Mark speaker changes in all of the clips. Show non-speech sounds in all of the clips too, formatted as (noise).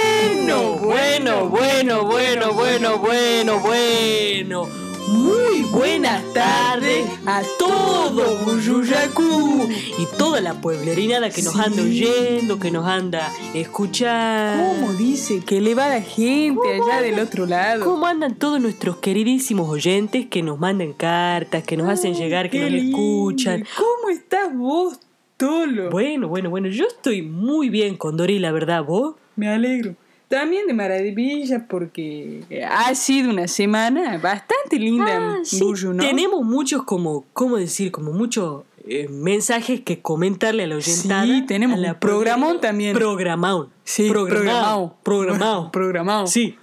Speaker 1: Bueno, bueno, bueno, bueno, bueno, bueno, bueno. Muy buenas tardes a todos, Buyuyacú. Y toda la pueblerinada que nos anda oyendo, que nos anda
Speaker 2: ¿Cómo
Speaker 1: escuchando.
Speaker 2: dice que le va la gente allá del otro lado?
Speaker 1: ¿Cómo andan todos nuestros queridísimos oyentes que nos mandan cartas, que nos hacen llegar, que
Speaker 2: Qué
Speaker 1: nos
Speaker 2: lindo.
Speaker 1: escuchan?
Speaker 2: ¿Cómo estás vos, Tolo?
Speaker 1: Bueno, bueno, bueno, yo estoy muy bien con Dori, la verdad, vos.
Speaker 2: Me alegro. También de maravilla porque ha sido una semana bastante linda
Speaker 1: Ah,
Speaker 2: en
Speaker 1: sí,
Speaker 2: Buyu, ¿no?
Speaker 1: Tenemos muchos, como, ¿cómo decir? Como muchos eh, mensajes que comentarle a la oyentada.
Speaker 2: Sí, tenemos
Speaker 1: a la
Speaker 2: un programón
Speaker 1: programa-
Speaker 2: también.
Speaker 1: Programón.
Speaker 2: Sí,
Speaker 1: programado.
Speaker 2: programado. (laughs)
Speaker 1: Programado.
Speaker 2: Programado.
Speaker 1: Sí.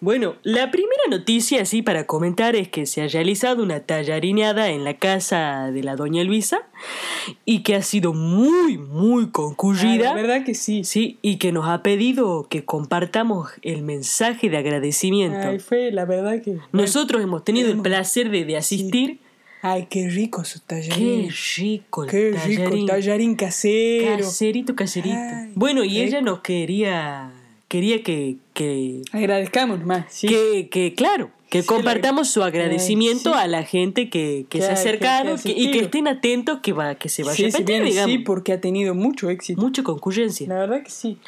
Speaker 1: Bueno, la primera noticia, así para comentar, es que se ha realizado una tallarineada en la casa de la doña Luisa y que ha sido muy, muy
Speaker 2: Ah,
Speaker 1: concurrida.
Speaker 2: la verdad que sí.
Speaker 1: Sí, y que nos ha pedido que compartamos el mensaje de agradecimiento.
Speaker 2: Ay, fue la verdad que...
Speaker 1: Nosotros hemos tenido el placer de, de asistir.
Speaker 2: Ay, qué rico su tallarín.
Speaker 1: Qué rico el
Speaker 2: Qué
Speaker 1: tallarín.
Speaker 2: rico, tallarín casero.
Speaker 1: Caserito, caserito.
Speaker 2: Ay,
Speaker 1: bueno, y
Speaker 2: qué
Speaker 1: ella nos quería, quería que, que,
Speaker 2: Agradezcamos más, sí.
Speaker 1: que, que, claro, que
Speaker 2: Sí,
Speaker 1: compartamos su
Speaker 2: la-
Speaker 1: acercamiento
Speaker 2: Ay, sí.
Speaker 1: a la gente que, que
Speaker 2: Que-
Speaker 1: se
Speaker 2: que-
Speaker 1: acercaron
Speaker 2: que
Speaker 1: que- y que
Speaker 2: asistieron.
Speaker 1: estén atentos que, va, que se vaya
Speaker 2: Sí,
Speaker 1: a
Speaker 2: sí, pues.
Speaker 1: repetir,
Speaker 2: bien,
Speaker 1: digamos.
Speaker 2: sí, porque ha tenido mucho éxito.
Speaker 1: Mucha concurrencia.
Speaker 2: La verdad que sí.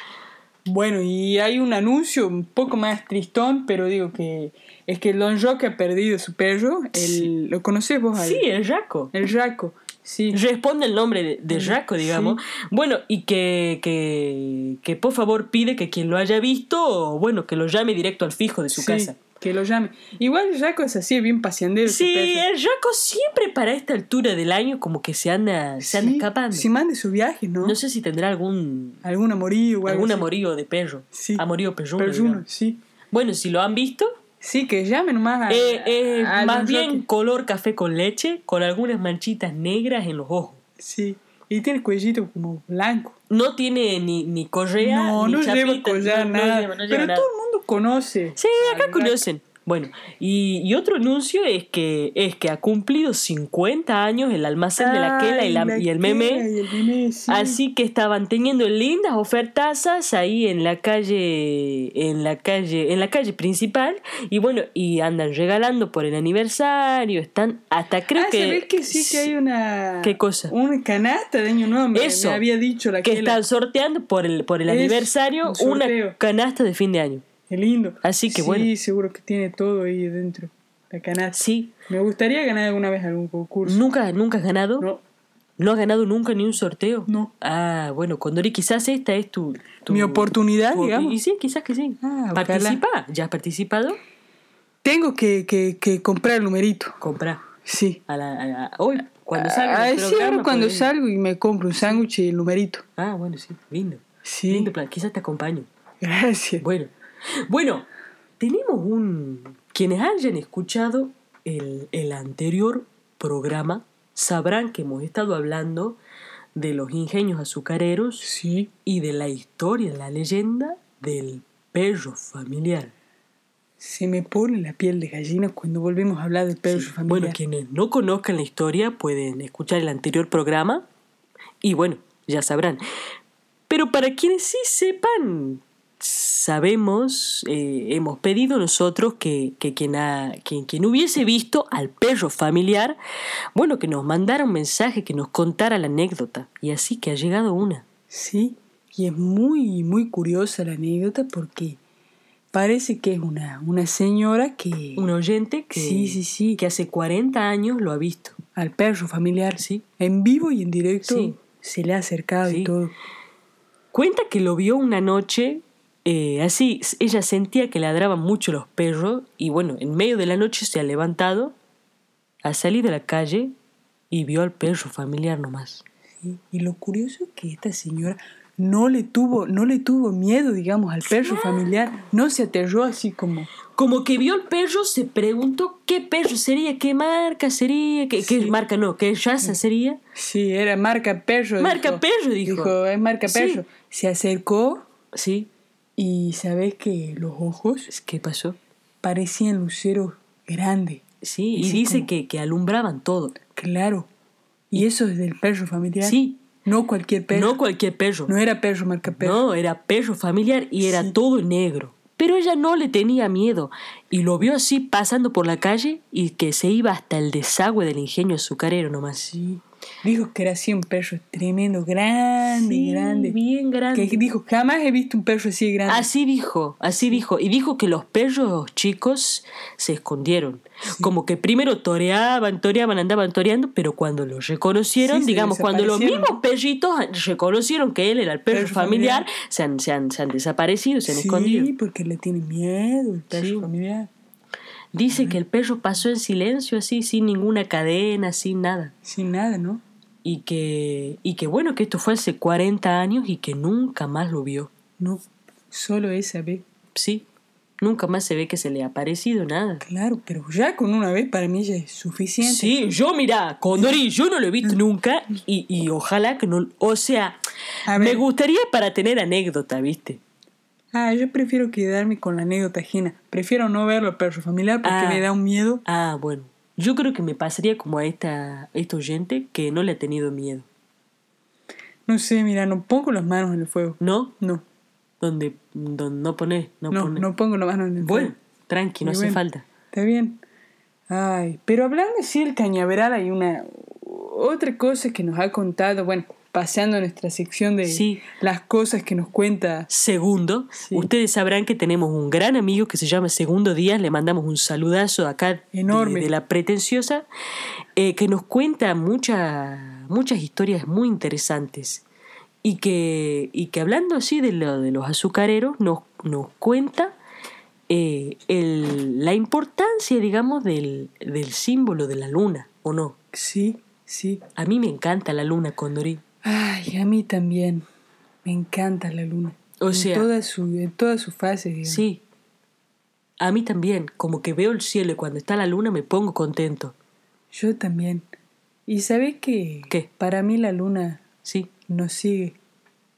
Speaker 2: Bueno, y hay un anuncio un poco más tristón, pero digo que es que Don Roque ha perdido su perro. El,
Speaker 1: Sí.
Speaker 2: ¿Lo conoces vos? al-
Speaker 1: Sí, el Jaco.
Speaker 2: El Jaco. Sí.
Speaker 1: Responde el nombre de,
Speaker 2: Mm,
Speaker 1: de Jaco, digamos. Bueno, y que, que, que por favor pide que quien lo haya visto, bueno, que lo llame directo al fijo de su
Speaker 2: Sí,
Speaker 1: casa.
Speaker 2: Que lo llame. Igual el Jaco es así, bien paciendero. su
Speaker 1: Sí,
Speaker 2: perro.
Speaker 1: el Jaco siempre para esta altura del año como que se anda, se anda
Speaker 2: Sí,
Speaker 1: escapando.
Speaker 2: Se mande su viaje, ¿no?
Speaker 1: No sé si tendrá algún,
Speaker 2: Algún amorío o algo
Speaker 1: algún
Speaker 2: así.
Speaker 1: amorío de perro.
Speaker 2: Sí.
Speaker 1: Amorío perruno.
Speaker 2: Perruno,
Speaker 1: digamos.
Speaker 2: sí.
Speaker 1: Bueno, si lo han visto,
Speaker 2: Sí, que llamen más a,
Speaker 1: eh, eh,
Speaker 2: a
Speaker 1: más
Speaker 2: Don
Speaker 1: bien
Speaker 2: Roque.
Speaker 1: color café con leche, con algunas manchitas negras en los ojos.
Speaker 2: Sí. Y tiene el cuellito como blanco.
Speaker 1: No tiene ni, ni correa,
Speaker 2: no,
Speaker 1: ni
Speaker 2: no lleva
Speaker 1: chapita,
Speaker 2: collar,
Speaker 1: no- no
Speaker 2: nada.
Speaker 1: lleva- no lleva
Speaker 2: pero
Speaker 1: nada.
Speaker 2: todo el mundo conoce.
Speaker 1: Sí, acá
Speaker 2: Al
Speaker 1: conocen. Bueno, y, y otro anuncio es que, es que ha cumplido 50 años el almacén de la quela y, la-
Speaker 2: Ay,
Speaker 1: y el
Speaker 2: quela
Speaker 1: meme. Ah,
Speaker 2: y el meme, sí.
Speaker 1: Así que estaban teniendo lindas ofertazas ahí en la calle, en la calle, en la calle principal, y bueno, y andan regalando por el aniversario, están hasta creo
Speaker 2: Ah,
Speaker 1: que,
Speaker 2: ¿sabés que sí que hay una.
Speaker 1: ¿Qué cosa?
Speaker 2: Una canasta de año nuevo. Me,
Speaker 1: Eso.
Speaker 2: me había dicho la
Speaker 1: que
Speaker 2: quela.
Speaker 1: están sorteando por el, por el
Speaker 2: Es
Speaker 1: aniversario
Speaker 2: un
Speaker 1: una
Speaker 2: sorteo.
Speaker 1: canasta de fin de año.
Speaker 2: Qué lindo.
Speaker 1: Así que
Speaker 2: sí,
Speaker 1: bueno.
Speaker 2: seguro que tiene todo ahí dentro. La canasta.
Speaker 1: Sí,
Speaker 2: Me gustaría ganar alguna vez algún concurso.
Speaker 1: nunca, nunca has ganado, no,
Speaker 2: No.
Speaker 1: has ganado nunca ni un sorteo.
Speaker 2: No.
Speaker 1: Ah, bueno, Condori, quizás esta es tu, tu-
Speaker 2: Mi oportunidad,
Speaker 1: tu-
Speaker 2: digamos.
Speaker 1: Y sí, quizás que sí.
Speaker 2: Ah, ojalá.
Speaker 1: Participa, ¿ya has participado?
Speaker 2: Tengo que, que, que comprar el numerito.
Speaker 1: Comprá.
Speaker 2: Sí.
Speaker 1: A la, a la- hoy, cuando salga.
Speaker 2: Ah,
Speaker 1: el
Speaker 2: sí,
Speaker 1: programa,
Speaker 2: ahora cuando
Speaker 1: podés-
Speaker 2: salgo y me compro un sándwich y el numerito.
Speaker 1: Ah, bueno, sí, lindo.
Speaker 2: Sí.
Speaker 1: Lindo plan, quizás te acompaño.
Speaker 2: Gracias.
Speaker 1: Bueno, bueno, tenemos un. Quienes hayan escuchado el, el anterior programa sabrán que hemos estado hablando de los ingenios azucareros
Speaker 2: Sí.
Speaker 1: y de la historia, la leyenda del perro familiar.
Speaker 2: Se me pone la piel de gallina cuando volvemos a hablar del perro y su familia.
Speaker 1: Bueno, quienes no conozcan la historia pueden escuchar el anterior programa y bueno, ya sabrán. Pero para quienes sí sepan, sabemos, eh, hemos pedido nosotros que, que quien, ha- quien, quien hubiese visto al perro familiar, bueno, que nos mandara un mensaje, que nos contara la anécdota. Y así que ha llegado una.
Speaker 2: Sí, y es muy, muy curiosa la anécdota porque parece que es una, una señora que...
Speaker 1: Un oyente que,
Speaker 2: Sí, sí, sí.
Speaker 1: que hace 40 años lo ha visto.
Speaker 2: Al perro familiar,
Speaker 1: Sí.
Speaker 2: En vivo y en directo
Speaker 1: Sí.
Speaker 2: se le ha acercado
Speaker 1: Sí.
Speaker 2: y todo.
Speaker 1: Cuenta que lo vio una noche, eh, así, s- ella sentía que ladraban mucho los perros y bueno, en medio de la noche se ha levantado, ha salido a la calle y vio al perro familiar nomás.
Speaker 2: Sí, Y lo curioso es que esta señora no le tuvo, no le tuvo miedo, digamos, al perro familiar. No se aterró así como...
Speaker 1: Como que vio al perro, se preguntó qué perro sería, qué marca sería, qué, qué
Speaker 2: Sí.
Speaker 1: marca no, qué raza sería.
Speaker 2: Sí, era marca perro.
Speaker 1: Marca perro, dijo.
Speaker 2: Dijo, es marca
Speaker 1: Sí.
Speaker 2: perro. Se acercó
Speaker 1: Sí,
Speaker 2: y sabes que los ojos
Speaker 1: es- ¿qué pasó?
Speaker 2: parecían luceros grandes.
Speaker 1: Sí, y
Speaker 2: Sí,
Speaker 1: dice
Speaker 2: como-
Speaker 1: que, que alumbraban todo.
Speaker 2: Claro. Y eso es del perro familiar.
Speaker 1: Sí.
Speaker 2: No cualquier perro.
Speaker 1: no cualquier perro.
Speaker 2: No, era perro marca perro.
Speaker 1: No, era perro familiar y era
Speaker 2: Sí.
Speaker 1: todo negro. Pero ella no le tenía miedo y lo vio así pasando por la calle y que se iba hasta el desagüe del ingenio azucarero nomás.
Speaker 2: Sí. Dijo que era así un perro tremendo, grande,
Speaker 1: Sí,
Speaker 2: grande.
Speaker 1: Bien grande.
Speaker 2: Que dijo, jamás he visto un perro así de grande.
Speaker 1: Así dijo, así dijo. Y dijo que los perros chicos se escondieron. Como que primero toreaban, toreaban, andaban toreando, pero cuando los reconocieron,
Speaker 2: Sí, se
Speaker 1: digamos, cuando los
Speaker 2: desaparecieron,
Speaker 1: mismos perritos reconocieron que él era el perro
Speaker 2: Perro
Speaker 1: familiar,
Speaker 2: familiar.
Speaker 1: Se, han, se han- se han desaparecido, se han
Speaker 2: sí,
Speaker 1: escondido.
Speaker 2: porque le tiene miedo el perro
Speaker 1: Sí.
Speaker 2: familiar.
Speaker 1: Dice que el perro pasó en silencio, así, sin ninguna cadena, sin nada.
Speaker 2: Sin nada, ¿no?
Speaker 1: Y que, y que bueno, que esto fue hace 40 años y que nunca más lo vio.
Speaker 2: No, solo esa vez.
Speaker 1: Sí, nunca más se ve que se le ha aparecido nada.
Speaker 2: Claro, pero ya con una vez para mí ya es suficiente.
Speaker 1: Sí, yo mira, Condori, yo no lo he visto nunca y, y ojalá que no... O sea,
Speaker 2: A
Speaker 1: me
Speaker 2: ver.
Speaker 1: gustaría para tener anécdota, ¿viste?
Speaker 2: Ah, yo prefiero quedarme con la anécdota ajena. Prefiero no verlo perro familiar porque
Speaker 1: Ah.
Speaker 2: me da un miedo.
Speaker 1: Ah, bueno, yo creo que me pasaría como a esta, esta oyente que no le ha tenido miedo,
Speaker 2: No sé, mira, no pongo las manos en el fuego.
Speaker 1: ¿no?
Speaker 2: No,
Speaker 1: Donde, don- no pones, no,
Speaker 2: no, no,
Speaker 1: pones.
Speaker 2: pongo las manos en el
Speaker 1: bueno,
Speaker 2: fuego.
Speaker 1: tranqui, no
Speaker 2: Y
Speaker 1: hace
Speaker 2: bueno,
Speaker 1: falta.
Speaker 2: Está bien. Ay, pero hablando así del cañaveral hay una otra cosa que nos ha contado, bueno, paseando a nuestra sección de
Speaker 1: Sí.
Speaker 2: las cosas que nos cuenta.
Speaker 1: Segundo,
Speaker 2: Sí.
Speaker 1: ustedes sabrán que tenemos un gran amigo que se llama Segundo Díaz, le mandamos un saludazo acá de-
Speaker 2: Enorme.
Speaker 1: De, la pretenciosa, eh, que nos cuenta mucha- muchas historias muy interesantes y que, y que hablando así de, lo, de los azucareros, nos, nos cuenta eh, el- la importancia, digamos, del, del símbolo de la luna, ¿o no?
Speaker 2: Sí, sí.
Speaker 1: A mí me encanta la luna, Condorí.
Speaker 2: Ay, a mí también. Me encanta la luna.
Speaker 1: O
Speaker 2: en
Speaker 1: sea-
Speaker 2: toda su en toda su fase, digamos.
Speaker 1: Sí. A mí también, como que veo el cielo y cuando está la luna me pongo contento.
Speaker 2: Yo también. ¿Y sabes qué?
Speaker 1: ¿Qué?
Speaker 2: Para mí la luna
Speaker 1: Sí.
Speaker 2: nos sigue.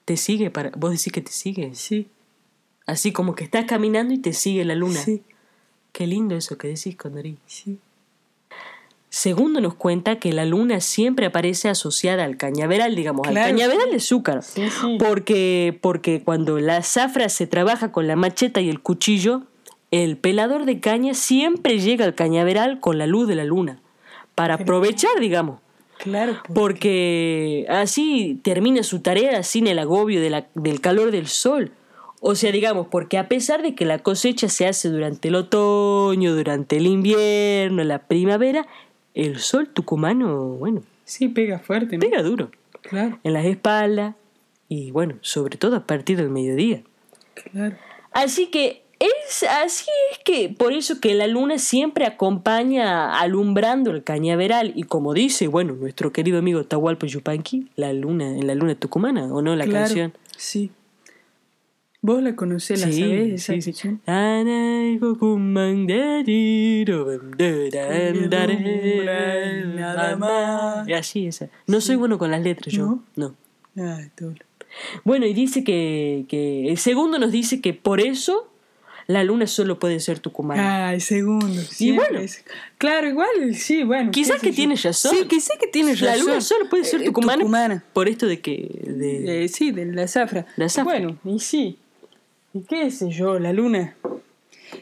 Speaker 1: Te sigue para vos decís que te sigue.
Speaker 2: Sí.
Speaker 1: Así como que estás caminando y te sigue la luna.
Speaker 2: Sí,
Speaker 1: Qué lindo eso que decís, Condorí.
Speaker 2: sí.
Speaker 1: Segundo nos cuenta que la luna siempre aparece asociada al cañaveral, digamos, al
Speaker 2: Claro.
Speaker 1: cañaveral de azúcar.
Speaker 2: Sí, sí.
Speaker 1: Porque, porque cuando la zafra se trabaja con la macheta y el cuchillo, el pelador de caña siempre llega al cañaveral con la luz de la luna. Para aprovechar, digamos.
Speaker 2: Claro, pues.
Speaker 1: Porque así termina su tarea sin el agobio de la- del calor del sol. O sea, digamos, porque a pesar de que la cosecha se hace durante el otoño, durante el invierno, la primavera, el sol tucumano, bueno,
Speaker 2: sí pega fuerte, ¿no?
Speaker 1: pega duro
Speaker 2: Claro,
Speaker 1: en las espaldas y bueno, sobre todo a partir del mediodía.
Speaker 2: claro.
Speaker 1: Así que es así es que por eso que la luna siempre acompaña alumbrando el cañaveral y como dice, bueno, nuestro querido amigo Tahualpa Yupanqui, la luna en la luna tucumana o no la
Speaker 2: claro.
Speaker 1: canción.
Speaker 2: Sí. Vos la conocés, la sabés, esa
Speaker 1: sí, sí.
Speaker 2: canción.
Speaker 1: Anay kukumang dadiro bam daran daren.
Speaker 2: Nada más.
Speaker 1: Y así esa. No soy bueno con las letras yo.
Speaker 2: No.
Speaker 1: no.
Speaker 2: Ay, todo.
Speaker 1: Bueno, y dice que, que el segundo nos dice que por eso la luna solo puede ser tucumana.
Speaker 2: Ay, segundo.
Speaker 1: bueno.
Speaker 2: es- Claro, igual, sí, bueno.
Speaker 1: Quizás
Speaker 2: qué sé
Speaker 1: que
Speaker 2: yo.
Speaker 1: tienes razón.
Speaker 2: Sí, quizás que tienes
Speaker 1: la
Speaker 2: razón.
Speaker 1: luna solo puede ser
Speaker 2: Eh,
Speaker 1: tucumana,
Speaker 2: tucumana.
Speaker 1: por esto de que... de-
Speaker 2: Eh, sí, de la zafra.
Speaker 1: La zafra.
Speaker 2: Bueno, y sí. ¿Y qué sé yo? La luna.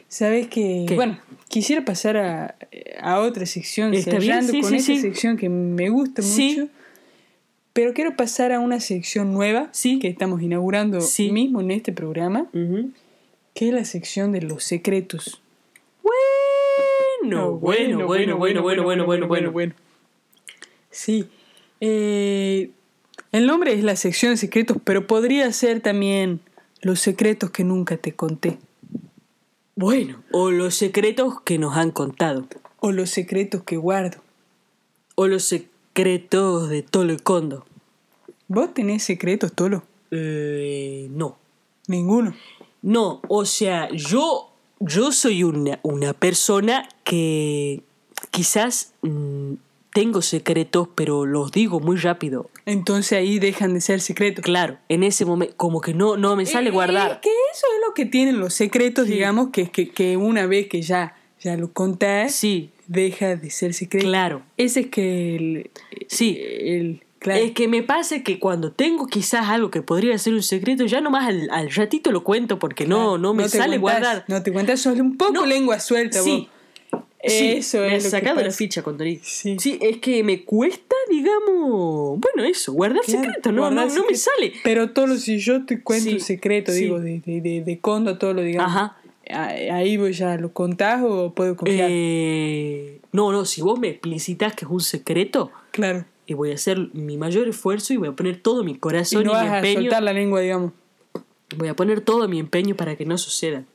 Speaker 2: Sabes que.
Speaker 1: ¿Qué?
Speaker 2: Bueno, quisiera pasar a, a otra sección,
Speaker 1: Está bien,
Speaker 2: cerrando
Speaker 1: sí,
Speaker 2: con
Speaker 1: sí,
Speaker 2: esa
Speaker 1: sí.
Speaker 2: sección que me gusta
Speaker 1: Sí.
Speaker 2: mucho. Pero quiero pasar a una sección nueva
Speaker 1: Sí.
Speaker 2: que estamos inaugurando
Speaker 1: Sí.
Speaker 2: mismo en este programa,
Speaker 1: Ujú.
Speaker 2: que es la sección de los secretos.
Speaker 1: Bueno, bueno, bueno, bueno, bueno, bueno, bueno, bueno,
Speaker 2: Sí. Eh, el nombre es la sección de secretos, pero podría ser también los secretos que nunca te conté.
Speaker 1: Bueno, o los secretos que nos han contado,
Speaker 2: O los secretos que guardo.
Speaker 1: o los secretos de Tolocondo.
Speaker 2: ¿Vos tenés secretos, Tolo?
Speaker 1: Eh, no.
Speaker 2: Ninguno.
Speaker 1: No, o sea, yo, yo soy una, una persona que quizás mm, tengo secretos, pero los digo muy rápido.
Speaker 2: Entonces ahí dejan de ser secretos.
Speaker 1: Claro, en ese momento, como que no, no me sale
Speaker 2: Eh,
Speaker 1: guardar.
Speaker 2: que eso es lo que tienen los secretos, digamos, que, que, que una vez que ya, ya lo contás,
Speaker 1: Sí,
Speaker 2: deja de ser secreto.
Speaker 1: claro,
Speaker 2: Ese es que el,
Speaker 1: sí.
Speaker 2: el, Claro.
Speaker 1: Es que me pasa que cuando tengo quizás algo que podría ser un secreto, ya nomás al, al ratito lo cuento porque no, no me
Speaker 2: te
Speaker 1: sale
Speaker 2: aguantás,
Speaker 1: guardar.
Speaker 2: No te cuentas, sos un poco
Speaker 1: No.
Speaker 2: lengua suelta
Speaker 1: Sí.
Speaker 2: vos.
Speaker 1: Sí,
Speaker 2: Eso
Speaker 1: me
Speaker 2: es.
Speaker 1: has
Speaker 2: lo que
Speaker 1: sacado la
Speaker 2: pasa.
Speaker 1: ficha, Condorí.
Speaker 2: Sí.
Speaker 1: es que me cuesta, digamos, bueno, eso, guardar
Speaker 2: Claro,
Speaker 1: secreto, no,
Speaker 2: guardar
Speaker 1: no, no me
Speaker 2: secreto.
Speaker 1: sale.
Speaker 2: Pero todo lo- si yo te cuento
Speaker 1: Sí,
Speaker 2: un secreto,
Speaker 1: sí.
Speaker 2: digo, de, de, de, de condo, todo lo digamos.
Speaker 1: Ajá.
Speaker 2: a- Ahí vos ya lo contás o puedo confiar.
Speaker 1: Eh, no, no, si vos me explicitas que es un secreto,
Speaker 2: claro.
Speaker 1: y voy a hacer mi mayor esfuerzo y voy a poner todo mi
Speaker 2: Y
Speaker 1: corazón y,
Speaker 2: no vas
Speaker 1: mi
Speaker 2: a
Speaker 1: empeño.
Speaker 2: soltar la lengua, digamos.
Speaker 1: Voy a poner todo mi empeño para que no suceda.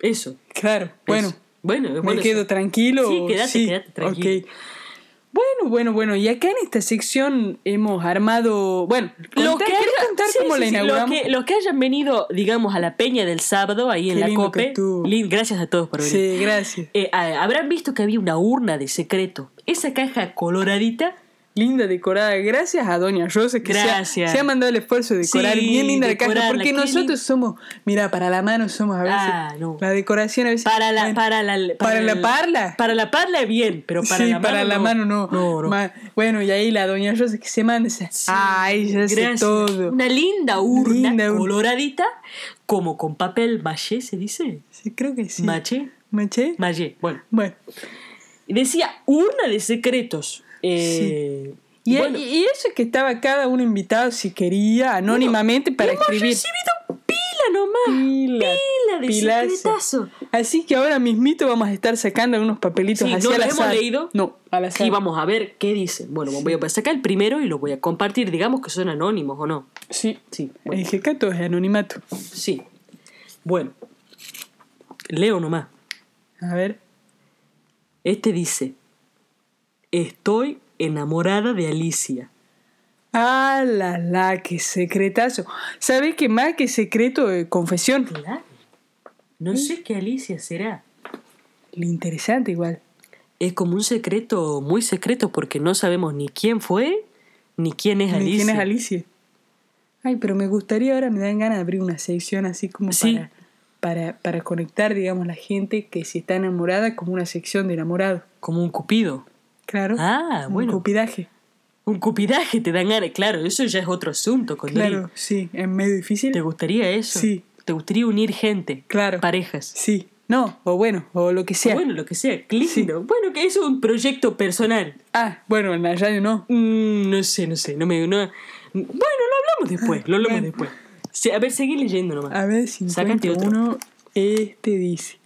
Speaker 1: Eso.
Speaker 2: Claro. Bueno,
Speaker 1: eso. bueno,
Speaker 2: me
Speaker 1: bueno,
Speaker 2: quedo
Speaker 1: eso.
Speaker 2: tranquilo.
Speaker 1: Sí,
Speaker 2: o-
Speaker 1: quédate, quédate tranquilo.
Speaker 2: ok. Bueno, bueno, bueno. Y acá en esta sección hemos armado. Bueno,
Speaker 1: Lo
Speaker 2: contá,
Speaker 1: que,
Speaker 2: ¿querés
Speaker 1: haya-
Speaker 2: contar
Speaker 1: sí,
Speaker 2: cómo
Speaker 1: sí,
Speaker 2: la
Speaker 1: sí, lo
Speaker 2: inauguramos?
Speaker 1: que- lo que hayan venido, digamos, a la peña del sábado ahí en
Speaker 2: Qué
Speaker 1: la
Speaker 2: lindo que
Speaker 1: COPE.
Speaker 2: estuvo.
Speaker 1: Lin- Gracias a todos por venir.
Speaker 2: Sí, gracias.
Speaker 1: Eh, a- habrán visto que había una urna de secreto. Esa caja coloradita.
Speaker 2: Linda decorada, gracias a Doña Rosa que se ha- Se, ha,
Speaker 1: Gracias.
Speaker 2: mandado el esfuerzo de decorar
Speaker 1: Sí,
Speaker 2: bien linda la caja,
Speaker 1: decorarla,
Speaker 2: porque
Speaker 1: qué
Speaker 2: nosotros
Speaker 1: lindo.
Speaker 2: somos, mira, para la mano somos a veces,
Speaker 1: Ah, no.
Speaker 2: la decoración a veces
Speaker 1: Para la,
Speaker 2: bueno,
Speaker 1: para la,
Speaker 2: para la
Speaker 1: el-
Speaker 2: parla.
Speaker 1: Para la parla bien, pero para
Speaker 2: sí,
Speaker 1: la mano
Speaker 2: para la
Speaker 1: no.
Speaker 2: mano no.
Speaker 1: No, no.
Speaker 2: Ma- bueno, y ahí la Doña Rosa que se manda, esa,
Speaker 1: Sí,
Speaker 2: ay, ella hace
Speaker 1: gracias.
Speaker 2: todo.
Speaker 1: Una linda urna
Speaker 2: Linda urna.
Speaker 1: coloradita, como con papel maché, se dice.
Speaker 2: Sí, creo que sí.
Speaker 1: Maché.
Speaker 2: Maché.
Speaker 1: Maché, bueno.
Speaker 2: Bueno,
Speaker 1: Y Decía urna de secretos. Eh,
Speaker 2: y,
Speaker 1: bueno,
Speaker 2: y eso es que estaba cada uno invitado si quería, anónimamente, para
Speaker 1: hemos
Speaker 2: escribir.
Speaker 1: recibido pila nomás.
Speaker 2: Pila,
Speaker 1: Pila de
Speaker 2: pilazo.
Speaker 1: secretazo.
Speaker 2: Así que ahora mismito vamos a estar sacando unos papelitos
Speaker 1: Sí,
Speaker 2: así
Speaker 1: ¿no
Speaker 2: al
Speaker 1: los hemos
Speaker 2: azar.
Speaker 1: leído?
Speaker 2: No, al azar.
Speaker 1: Y vamos a ver qué dicen. Bueno, voy a sacar el primero y lo voy a compartir. Digamos que son anónimos o no.
Speaker 2: Sí,
Speaker 1: Sí, bueno.
Speaker 2: El jecato es anonimato.
Speaker 1: Sí. Bueno. Leo nomás.
Speaker 2: A ver.
Speaker 1: Este dice, estoy enamorada de Alicia.
Speaker 2: Ah, la, la, qué secretazo. ¿Sabes qué más que secreto? eh, confesión.
Speaker 1: Claro. No sé qué Alicia será.
Speaker 2: Lo interesante igual.
Speaker 1: Es como un secreto muy secreto porque no sabemos ni quién fue ni quién es
Speaker 2: Ni
Speaker 1: Alicia.
Speaker 2: ¿Quién es Alicia? Ay, pero me gustaría ahora, me dan ganas de abrir una sección así como
Speaker 1: Sí.
Speaker 2: para, para, para conectar, digamos, la gente que si está enamorada como una sección de enamorado.
Speaker 1: Como un cupido.
Speaker 2: Claro.
Speaker 1: Ah,
Speaker 2: Un
Speaker 1: bueno.
Speaker 2: cupidaje.
Speaker 1: Un cupidaje te dan ganas. Claro, eso ya es otro asunto, Condori.
Speaker 2: Claro, sí. Es medio difícil.
Speaker 1: ¿Te gustaría eso?
Speaker 2: Sí.
Speaker 1: ¿Te gustaría unir gente?
Speaker 2: Claro.
Speaker 1: Parejas.
Speaker 2: Sí, no, o bueno, o lo que sea.
Speaker 1: Bueno, lo que sea. Qué lindo. Bueno, que eso es un proyecto personal.
Speaker 2: Ah, bueno, en la radio no.
Speaker 1: Mm, no sé, no sé, no me... No, bueno, lo hablamos después, lo hablamos
Speaker 2: Bueno.
Speaker 1: después. Se- a ver, seguí leyendo nomás.
Speaker 2: A ver si
Speaker 1: Sácate otro.
Speaker 2: encuentro uno. Este dice: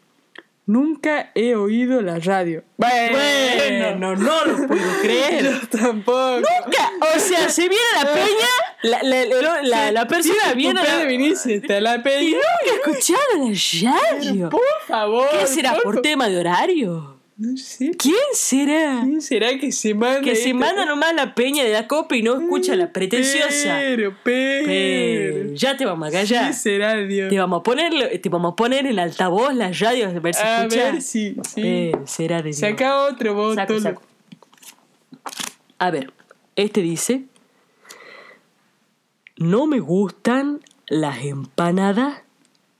Speaker 2: Nunca he oído la radio. Bueno,
Speaker 1: Bueno, no, no lo puedo creer.
Speaker 2: yo (laughs) tampoco.
Speaker 1: Nunca, o sea, se viene a la peña, la, la, la, la- la persona viene a
Speaker 2: Tú puedes
Speaker 1: la...
Speaker 2: venir si te la
Speaker 1: Y
Speaker 2: pedí.
Speaker 1: nunca he escuchado la radio.
Speaker 2: Por favor.
Speaker 1: ¿Qué será? ¿Por tema de horario?
Speaker 2: No sé.
Speaker 1: ¿Quién será?
Speaker 2: ¿Quién será que se manda?
Speaker 1: Que se
Speaker 2: esto?
Speaker 1: manda nomás la peña de la copa y no escucha la pretenciosa.
Speaker 2: Pero, pero.
Speaker 1: Pero ya te vamos a callar.
Speaker 2: ¿Quién será,
Speaker 1: (laughs)
Speaker 2: Dios?
Speaker 1: Te vamos a poner, te vamos a poner en altavoz las radios a ver si
Speaker 2: a
Speaker 1: escuchas.
Speaker 2: ver si. sí.
Speaker 1: Pero será de Dios.
Speaker 2: Saca otro vos,
Speaker 1: Saco,
Speaker 2: Tolo.
Speaker 1: saco. A ver, este dice: No me gustan las empanadas,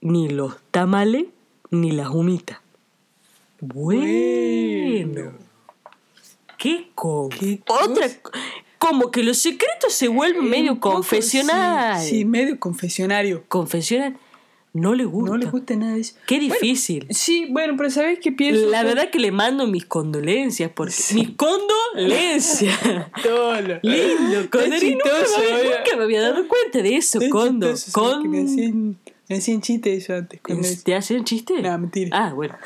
Speaker 1: ni los tamales, ni las humitas. Bueno. ¿Qué con?
Speaker 2: ¿Qué
Speaker 1: Otra. Como que los secretos se vuelven medio
Speaker 2: Un poco,
Speaker 1: confesional.
Speaker 2: Sí, sí, medio confesionario.
Speaker 1: Confesional. No le gusta.
Speaker 2: No le gusta nada de eso.
Speaker 1: Qué
Speaker 2: Bueno,
Speaker 1: difícil.
Speaker 2: sí, bueno, pero ¿sabes qué pienso?
Speaker 1: La verdad que le mando mis condolencias porque mis
Speaker 2: (laughs)
Speaker 1: condolencias.
Speaker 2: Tolo.
Speaker 1: Lindo, Condo. Nunca,
Speaker 2: Está chistoso,
Speaker 1: me había-
Speaker 2: oiga.
Speaker 1: nunca me había dado cuenta de eso,
Speaker 2: Está
Speaker 1: Condo.
Speaker 2: chistoso, ¿sabes
Speaker 1: Con- Este,
Speaker 2: que Me hacían, me hacían chiste eso antes. Cuando decía-
Speaker 1: ¿Te hacen chiste?
Speaker 2: No, mentira.
Speaker 1: Ah, bueno.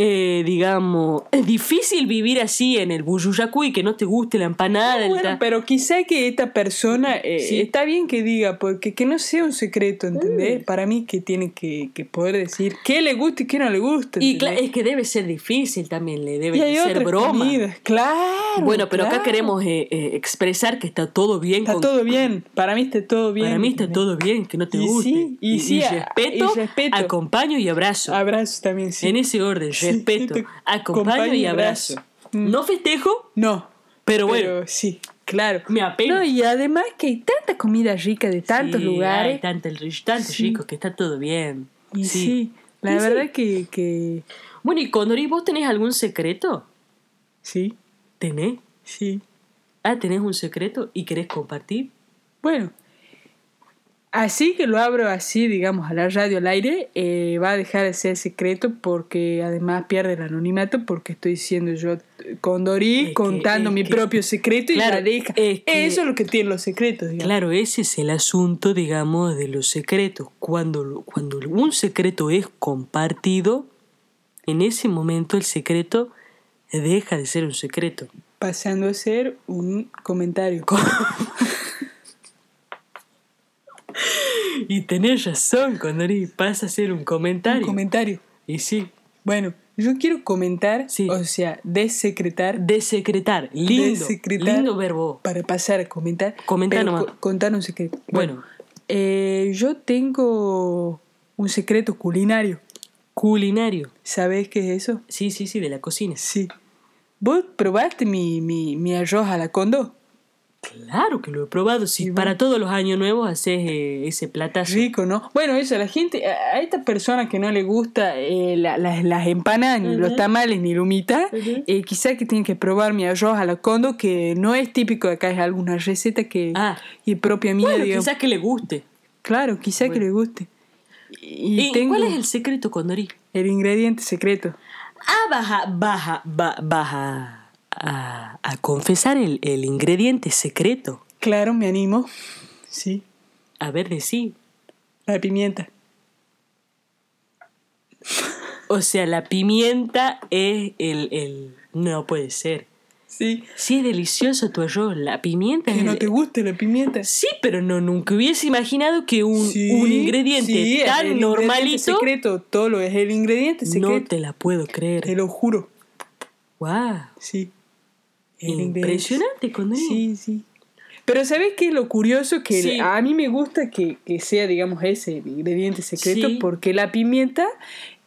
Speaker 1: Eh, digamos, es difícil vivir así en el Buyuyacuy, que no te guste la empanada. el
Speaker 2: Bueno,
Speaker 1: ta-
Speaker 2: pero quizá que esta persona eh,
Speaker 1: Sí.
Speaker 2: está bien que diga, porque que no sea un secreto,
Speaker 1: Mm.
Speaker 2: ¿entendés? Para mí que tiene que, que poder decir qué le gusta y qué no le gusta.
Speaker 1: y cla-
Speaker 2: ¿entendés?
Speaker 1: es que debe ser difícil también, le
Speaker 2: Y
Speaker 1: debe ser broma.
Speaker 2: comidas, claro.
Speaker 1: Bueno, pero
Speaker 2: claro.
Speaker 1: acá queremos eh, eh, expresar que está todo bien.
Speaker 2: Está
Speaker 1: con-
Speaker 2: todo bien, para mí está todo bien.
Speaker 1: Para mí está
Speaker 2: ¿entendés?
Speaker 1: todo bien, que no te
Speaker 2: Y
Speaker 1: guste.
Speaker 2: sí, y sí, a-
Speaker 1: respeto,
Speaker 2: y respeto.
Speaker 1: acompaño y abrazo.
Speaker 2: Abrazos también, sí.
Speaker 1: En ese orden,
Speaker 2: Sí,
Speaker 1: respeto,
Speaker 2: te
Speaker 1: acompaño y abrazo.
Speaker 2: Mm.
Speaker 1: No festejo,
Speaker 2: No.
Speaker 1: pero bueno,
Speaker 2: sí, claro.
Speaker 1: me apena.
Speaker 2: No, y además que hay tanta comida rica de tantos
Speaker 1: Sí, Hay
Speaker 2: lugares.
Speaker 1: tanto, el- tanto
Speaker 2: Sí.
Speaker 1: rico que está todo bien.
Speaker 2: Y sí. La
Speaker 1: Y sí.
Speaker 2: verdad que, que.
Speaker 1: Bueno, y Condori, ¿vos tenés algún secreto?
Speaker 2: Sí,
Speaker 1: ¿Tenés?
Speaker 2: sí.
Speaker 1: Ah, tenés un secreto y querés compartir.
Speaker 2: Bueno, así que lo abro así, digamos, a la radio al aire, eh, va a dejar de ser secreto porque además pierde el anonimato porque estoy siendo yo Condorí
Speaker 1: Es que-
Speaker 2: contando
Speaker 1: es
Speaker 2: mi
Speaker 1: que-
Speaker 2: propio secreto
Speaker 1: Claro,
Speaker 2: y la deja.
Speaker 1: es que-
Speaker 2: Eso es lo que tienen los secretos, digamos.
Speaker 1: Claro, ese es el asunto, digamos, de los secretos. Cuando, lo- cuando un secreto es compartido, en ese momento el secreto deja de ser un secreto.
Speaker 2: Pasando a ser un comentario. (laughs)
Speaker 1: Y tenés razón, Condorí, pasa a ser un comentario.
Speaker 2: Un comentario.
Speaker 1: y sí,
Speaker 2: Bueno, yo quiero comentar,
Speaker 1: Sí.
Speaker 2: o sea, desecretar
Speaker 1: desecretar, lindo,
Speaker 2: Desecretar.
Speaker 1: lindo verbo.
Speaker 2: para pasar a comentar.
Speaker 1: Comenta
Speaker 2: pero
Speaker 1: nomás.
Speaker 2: co- contar un secreto.
Speaker 1: Bueno,
Speaker 2: Eh, yo tengo un secreto culinario.
Speaker 1: culinario.
Speaker 2: ¿Sabés qué es eso?
Speaker 1: Sí, sí, sí, de la cocina.
Speaker 2: Sí. ¿Vos probaste mi, mi, mi arroz a la condo?
Speaker 1: Claro que lo he probado. Si
Speaker 2: Y bueno.
Speaker 1: para todos los años nuevos haces eh, ese platazo.
Speaker 2: Rico, ¿no? Bueno, eso, a la gente, a, a esta persona que no le gusta eh, la- las- las empanadas, ni los tamales, ni la humita,
Speaker 1: Ujú.
Speaker 2: eh, quizá que tienen que probar mi arroz a la condo, que no es típico de acá, es alguna receta que
Speaker 1: Ah.
Speaker 2: y propia mía,
Speaker 1: Bueno,
Speaker 2: digamos.
Speaker 1: quizás que le guste.
Speaker 2: Claro, quizá que
Speaker 1: Bueno.
Speaker 2: le guste. Y,
Speaker 1: ¿Y
Speaker 2: tengo
Speaker 1: cuál es el secreto, Condorí?
Speaker 2: el ingrediente secreto.
Speaker 1: Ah, baja, baja, ba- baja. A, a confesar el, el ingrediente secreto.
Speaker 2: Claro, me animo. Sí,
Speaker 1: A ver, de sí.
Speaker 2: la pimienta.
Speaker 1: O sea, la pimienta es el, el- No puede ser.
Speaker 2: Sí.
Speaker 1: Sí, es delicioso tu arroz. La pimienta
Speaker 2: Que
Speaker 1: es
Speaker 2: no
Speaker 1: el-
Speaker 2: te guste la pimienta.
Speaker 1: Sí, pero no nunca hubiese imaginado que un,
Speaker 2: Sí,
Speaker 1: un ingrediente
Speaker 2: sí, es el
Speaker 1: tan
Speaker 2: ingrediente
Speaker 1: normalito.
Speaker 2: secreto, todo lo es el ingrediente
Speaker 1: no
Speaker 2: secreto.
Speaker 1: te la puedo creer.
Speaker 2: te lo juro.
Speaker 1: ¡Wow!
Speaker 2: Sí. El ingrediente.
Speaker 1: Impresionante, Condorí.
Speaker 2: Sí, sí. Pero ¿sabes qué? es Lo curioso que
Speaker 1: Sí.
Speaker 2: a mí me gusta que, que sea, digamos, ese el ingrediente secreto,
Speaker 1: Sí.
Speaker 2: porque la pimienta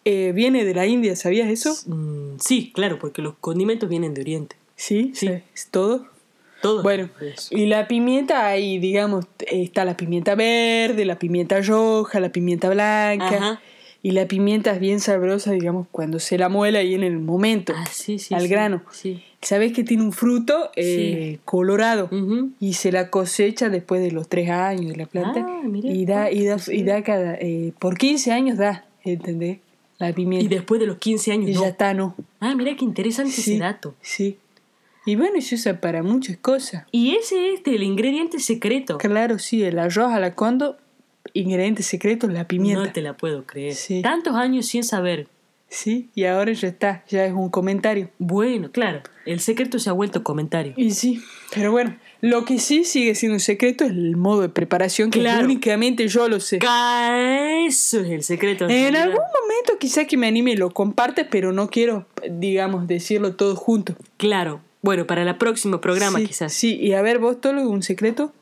Speaker 2: eh, viene de la India, ¿sabías eso?
Speaker 1: Mm, sí, claro, porque los condimentos vienen de Oriente.
Speaker 2: Sí,
Speaker 1: Sí.
Speaker 2: ¿Es todo?
Speaker 1: Todo.
Speaker 2: Bueno,
Speaker 1: Eso.
Speaker 2: y la pimienta ahí, digamos, está la pimienta verde, la pimienta roja, la pimienta blanca.
Speaker 1: Ajá.
Speaker 2: Y la pimienta es bien sabrosa, digamos, cuando se la muela ahí en el momento.
Speaker 1: Ah, sí, sí,
Speaker 2: al
Speaker 1: sí,
Speaker 2: grano.
Speaker 1: Sí.
Speaker 2: Sabes que tiene un fruto eh, colorado
Speaker 1: Ujú.
Speaker 2: y se la cosecha después de los tres años de la planta.
Speaker 1: Ah, mira,
Speaker 2: y da, y da, y da cada, eh, por 15 años da, ¿entendés? La
Speaker 1: Y
Speaker 2: pimienta.
Speaker 1: después de los 15 años,
Speaker 2: Y,
Speaker 1: no.
Speaker 2: ya está, ¿no?
Speaker 1: Ah, mira qué interesante ese dato.
Speaker 2: Sí. Y bueno, se usa para muchas cosas.
Speaker 1: Y ese es este, el ingrediente secreto.
Speaker 2: Claro, sí, el arroz a la condo, ingrediente secreto, la pimienta.
Speaker 1: No te la puedo creer.
Speaker 2: Sí.
Speaker 1: Tantos años sin saber.
Speaker 2: Sí, y ahora ya está, ya es un comentario.
Speaker 1: Bueno, claro, el secreto se ha vuelto comentario.
Speaker 2: Y sí, pero bueno, lo que sí sigue siendo un secreto es el modo de preparación que
Speaker 1: Claro.
Speaker 2: únicamente yo lo sé.
Speaker 1: Ca- Eso es el secreto.
Speaker 2: En
Speaker 1: realidad.
Speaker 2: algún momento quizá que me anime y lo comparte, pero no quiero, digamos, decirlo todo junto.
Speaker 1: Claro. Bueno, para el próximo programa
Speaker 2: sí,
Speaker 1: quizás.
Speaker 2: Sí, y a ver, vos todo lo un secreto.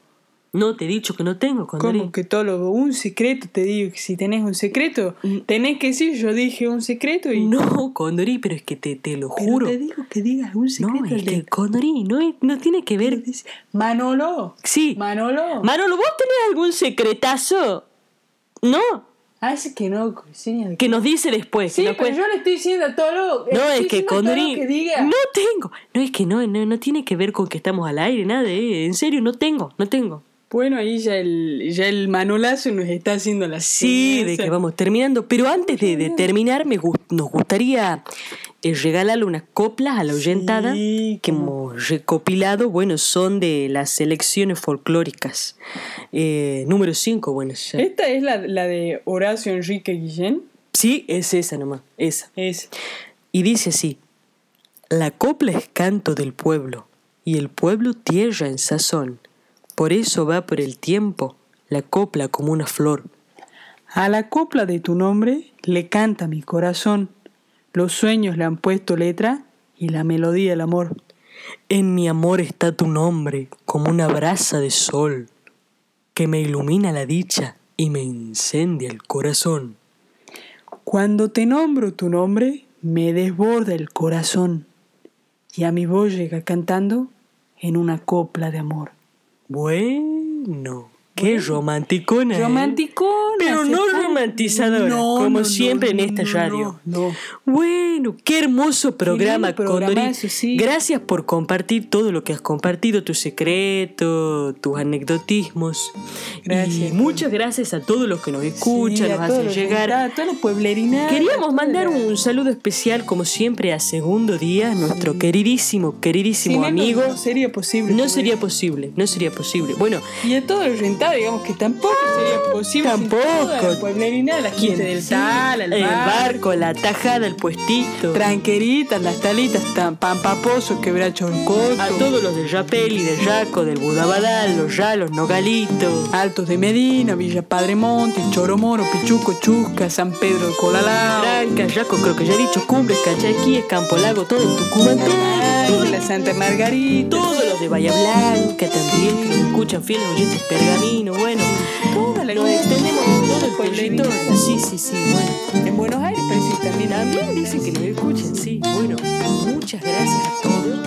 Speaker 1: No te he dicho que no tengo, Condorí.
Speaker 2: ¿Cómo que todo lo un secreto? Te digo que si tenés un secreto, tenés que decir, yo dije un secreto y...
Speaker 1: Mm. No, Condorí, pero es que te, te lo
Speaker 2: Pero
Speaker 1: juro.
Speaker 2: te digo que digas un secreto.
Speaker 1: No, es
Speaker 2: el
Speaker 1: que
Speaker 2: de-
Speaker 1: Condorí no, es- no tiene que ver.
Speaker 2: Manolo.
Speaker 1: Sí.
Speaker 2: Manolo.
Speaker 1: Manolo, ¿vos tenés algún secretazo? No,
Speaker 2: Hace Ah, que no, señas de
Speaker 1: que nos dice después. que
Speaker 2: Sí,
Speaker 1: nos
Speaker 2: pero eh,
Speaker 1: cuenta.
Speaker 2: yo le estoy diciendo a todo lo
Speaker 1: no, es que Condorí.
Speaker 2: Condorín que diga.
Speaker 1: No tengo. No, es que no, no, no tiene que ver con que estamos al aire, nada. eh, En serio, no tengo, no tengo.
Speaker 2: Bueno, ahí ya el, ya el manolazo nos está haciendo la
Speaker 1: Sí, de
Speaker 2: señal.
Speaker 1: que vamos terminando. Pero antes de, de terminar, me gus- nos gustaría eh, regalarle unas coplas a la oyentada
Speaker 2: Sí,
Speaker 1: que
Speaker 2: cómo.
Speaker 1: hemos recopilado. Bueno, son de las selecciones folclóricas. Eh, número 5, bueno. ya-
Speaker 2: Esta es la, la de Horacio Enrique Guillén.
Speaker 1: Sí, es esa nomás, esa.
Speaker 2: Es.
Speaker 1: Y dice así, la copla es canto del pueblo, y el pueblo tierra en sazón. Por eso va por el tiempo la copla como una flor.
Speaker 2: A la copla de tu nombre le canta mi corazón. Los sueños le han puesto letra y la melodía el amor.
Speaker 1: En mi amor está tu nombre como una brasa de sol, que me ilumina la dicha y me incendia el corazón.
Speaker 2: Cuando te nombro tu nombre, me desborda el corazón. Y a mi voz llega cantando en una copla de amor.
Speaker 1: Bueno, Qué romanticona. ¿eh?
Speaker 2: Romanticona.
Speaker 1: Pero
Speaker 2: se
Speaker 1: no
Speaker 2: está-
Speaker 1: romantizadoras,
Speaker 2: No,
Speaker 1: como
Speaker 2: no,
Speaker 1: siempre
Speaker 2: no,
Speaker 1: en esta
Speaker 2: no,
Speaker 1: radio.
Speaker 2: no, no.
Speaker 1: Bueno, qué hermoso programa,
Speaker 2: lindo programa,
Speaker 1: Condorí.
Speaker 2: eso sí.
Speaker 1: Gracias por compartir todo lo que has compartido, tus secretos, tus anecdotismos.
Speaker 2: Gracias.
Speaker 1: Y muchas gracias a todos los que nos escuchan,
Speaker 2: Sí, a
Speaker 1: nos
Speaker 2: todos
Speaker 1: hacen
Speaker 2: los
Speaker 1: llegar.
Speaker 2: invitados, A todos los pueblerinas. a
Speaker 1: Queríamos
Speaker 2: todas
Speaker 1: mandar
Speaker 2: las-
Speaker 1: un saludo especial, como siempre, a Segundo Día, nuestro queridísimo,
Speaker 2: Sin
Speaker 1: queridísimo
Speaker 2: él no-
Speaker 1: amigo.
Speaker 2: No sería posible.
Speaker 1: No
Speaker 2: todo
Speaker 1: sería
Speaker 2: esto.
Speaker 1: posible, no sería posible. Bueno,
Speaker 2: Y a todos los rentados, digamos que tampoco sería posible. sin
Speaker 1: Ah, tampoco.
Speaker 2: todas las pueblerinas, las quintas del
Speaker 1: sí,
Speaker 2: tal, al
Speaker 1: el
Speaker 2: bar,
Speaker 1: barco, la tajada, el puestito.
Speaker 2: Tranqueritas, las talitas, tan pampaposos, quebrachos en coto.
Speaker 1: A todos los del Yapeli, del Yaco, del Budabadal, los Yalos, Nogalitos.
Speaker 2: Altos de Medina, Villa Padre Monte, Choromoro, Pichuco, Chusca, San Pedro de Colalá,
Speaker 1: Trancas, Yaco, creo que ya he dicho, Cumbres, Cachaquíes, Campolago, todo en Tucumán, todo, todo,
Speaker 2: la Santa Margarita,
Speaker 1: todos los de Bahía Blanca también, que nos escuchan fieles oyentes pergamino, bueno.
Speaker 2: toda la
Speaker 1: Nos extendemos en todo el
Speaker 2: pueblito.
Speaker 1: territorio. Sí, sí, sí, bueno.
Speaker 2: En Buenos Aires, pero sí, también.
Speaker 1: También dicen que nos escuchen, sí. Bueno, muchas gracias a todos.